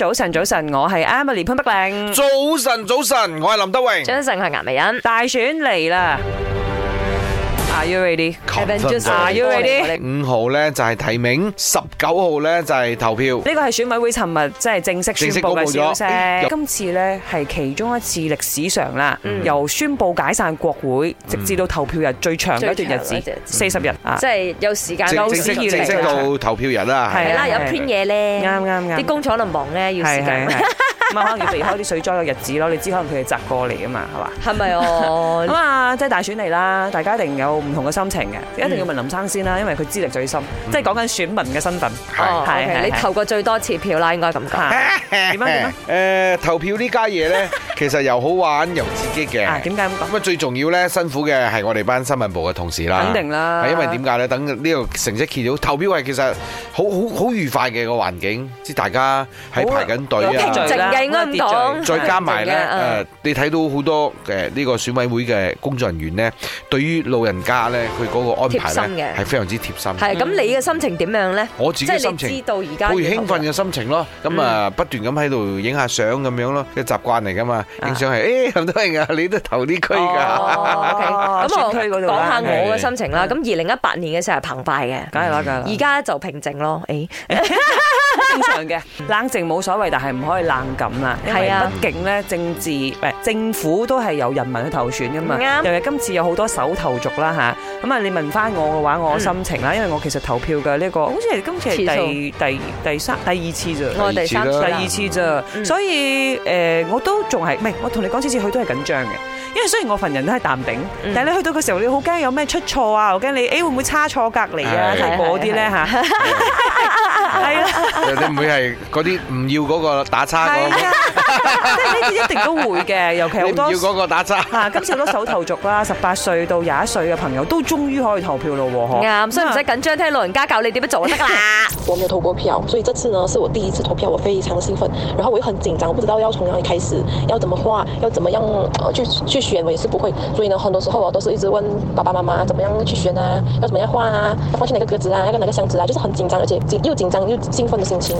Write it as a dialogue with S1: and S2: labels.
S1: 早晨，早晨，我係 Emily 潘碧玲。
S2: 早晨，早晨，我係林德榮。
S3: 早晨，我係顏美欣。
S1: 大選嚟啦！Are you ready？Are you ready？
S2: 五號呢就係提名，十九號呢就係投票。
S1: 呢個係選委會尋日即係正式宣
S2: 正式
S1: 布
S2: 公
S1: 嘅
S2: 布
S1: 消
S2: 咗
S1: 息
S2: 嗯。
S1: 今次呢係其中一次歷史上啦，由宣布解散國會，直
S2: 嗯
S1: 至到投票日最長嘅一段日
S3: 最長
S1: 子
S3: 嗰，
S1: 四十日啊
S3: 即！係有時間
S2: 正
S1: 有
S2: 正
S1: 史
S2: 式
S1: 以嚟
S2: 正式到投票日啦，
S1: 係
S3: 係啦，
S1: 係
S3: 有
S1: 係
S3: print 嘢咧，
S1: 啱啱啱
S3: 啲工廠度忙咧，要時間
S1: 係。 咁啊，可能要避開啲水災嘅日子咯。你知可能佢哋擲過嚟啊嘛，係嘛？
S3: 係咪哦
S1: 咁？啊， 即係大選嚟啦，大家一定有唔同嘅心情嘅，一定要問林生先啦，因為佢資歷最深，
S2: 嗯
S1: 即係講緊選民嘅身份。
S3: 哦
S1: 係係
S3: ，OK，你
S1: 係
S3: 投過最多次票啦，應該咁講。
S1: 嚇點啊點啊
S2: 誒，投票呢家 嘢呢，其實又好玩又刺激
S1: 啊，
S2: 嘅。
S1: 點解咁講？
S2: 咁啊，最重要呢，辛苦嘅係我哋班新聞部嘅同事啦。
S1: 肯定啦
S2: 係因為點解呢？等呢個成績揭曉，投票係其實好好好愉快嘅個環境，即係大家喺排緊隊
S1: 有
S2: 啊
S1: 秩。序啦
S3: 靜嘅應該咁講
S1: 有秩序
S2: 再加埋 咧，誒、
S3: 嗯
S2: 你睇到好多誒呢個選委會嘅工作人員咧，對於老人家咧，佢嗰個安排
S3: 貼心
S2: 咧
S3: 嘅
S2: 係非常之貼心。
S3: 係咁，你嘅心情點樣咧？
S2: 我自己
S3: 即
S2: 嘅
S3: 係
S2: 心
S3: 你
S2: 情
S3: 知道而家
S2: 好
S3: 要
S2: 興奮
S3: 投
S2: 嘅心情咯，咁啊
S3: 嗯
S2: 不斷咁喺度影下相咁樣咯，嘅習慣嚟噶嘛，影相係 誒咁多人啊，你都投呢區 㗎，
S3: 啊哦，OK，咁
S1: 選區嗰
S3: 我
S1: 度啦
S3: 講下我嘅
S2: 係嗯
S3: 心情啦。咁二零一八年嘅時候係澎湃嘅，
S1: 梗係啦，梗係啦，
S3: 而家就平靜咯。誒，
S1: 正常 嘅，冷靜冇所謂，但係唔可以冷感啦。因為
S3: 係啊
S1: 畢竟咧政治誒政府都係由人民去投選噶嘛。
S3: 啱
S1: 尤其今次有好多手投族啦吓，咁啊你問翻我嘅話，我心情啦，因為我其實投票嘅呢個好似係今次係第第第三第二次咋。
S3: 我第三次
S2: 第
S1: 第
S3: 啦
S1: 二次咋，
S3: 嗯
S1: 所以誒我都仲係，唔係我同你講次次去都係緊張嘅，因為雖然我份人都係淡定，
S3: 嗯
S1: 但係你去到嘅時候，你好驚有咩出錯啊，好驚你誒會唔會差錯隔離啊，
S2: 係
S1: 嗰啲咧嚇， 係啦。
S2: 你唔會係嗰啲唔要嗰個打
S1: 係啊，即係
S2: 叉嗰個，
S1: 呢啲一定都會嘅，尤其
S2: 你
S1: 好
S2: 唔要
S1: 多。
S2: 嗰個打叉。
S1: 啊！今次好多手頭族啦，十八歲到廿一歲嘅朋友都終於可以投票咯喎，
S3: 啱，所以唔使
S1: 咁啊
S3: 緊張，聽老人家教你點樣做就得啦。
S4: 我没有投过票，所以这次呢是我第一次投票，我非常兴奋，然后我又很紧张，我不知道要从哪里开始，要怎么画，要怎么样呃去去选，我也是不会，所以呢很多时候我哦都是一直问爸爸妈妈怎么样去选啊，要怎么样画啊，要放去哪个格子啊，要跟哪个箱子啊，就是很紧张，而且紧又紧张又兴奋的心情。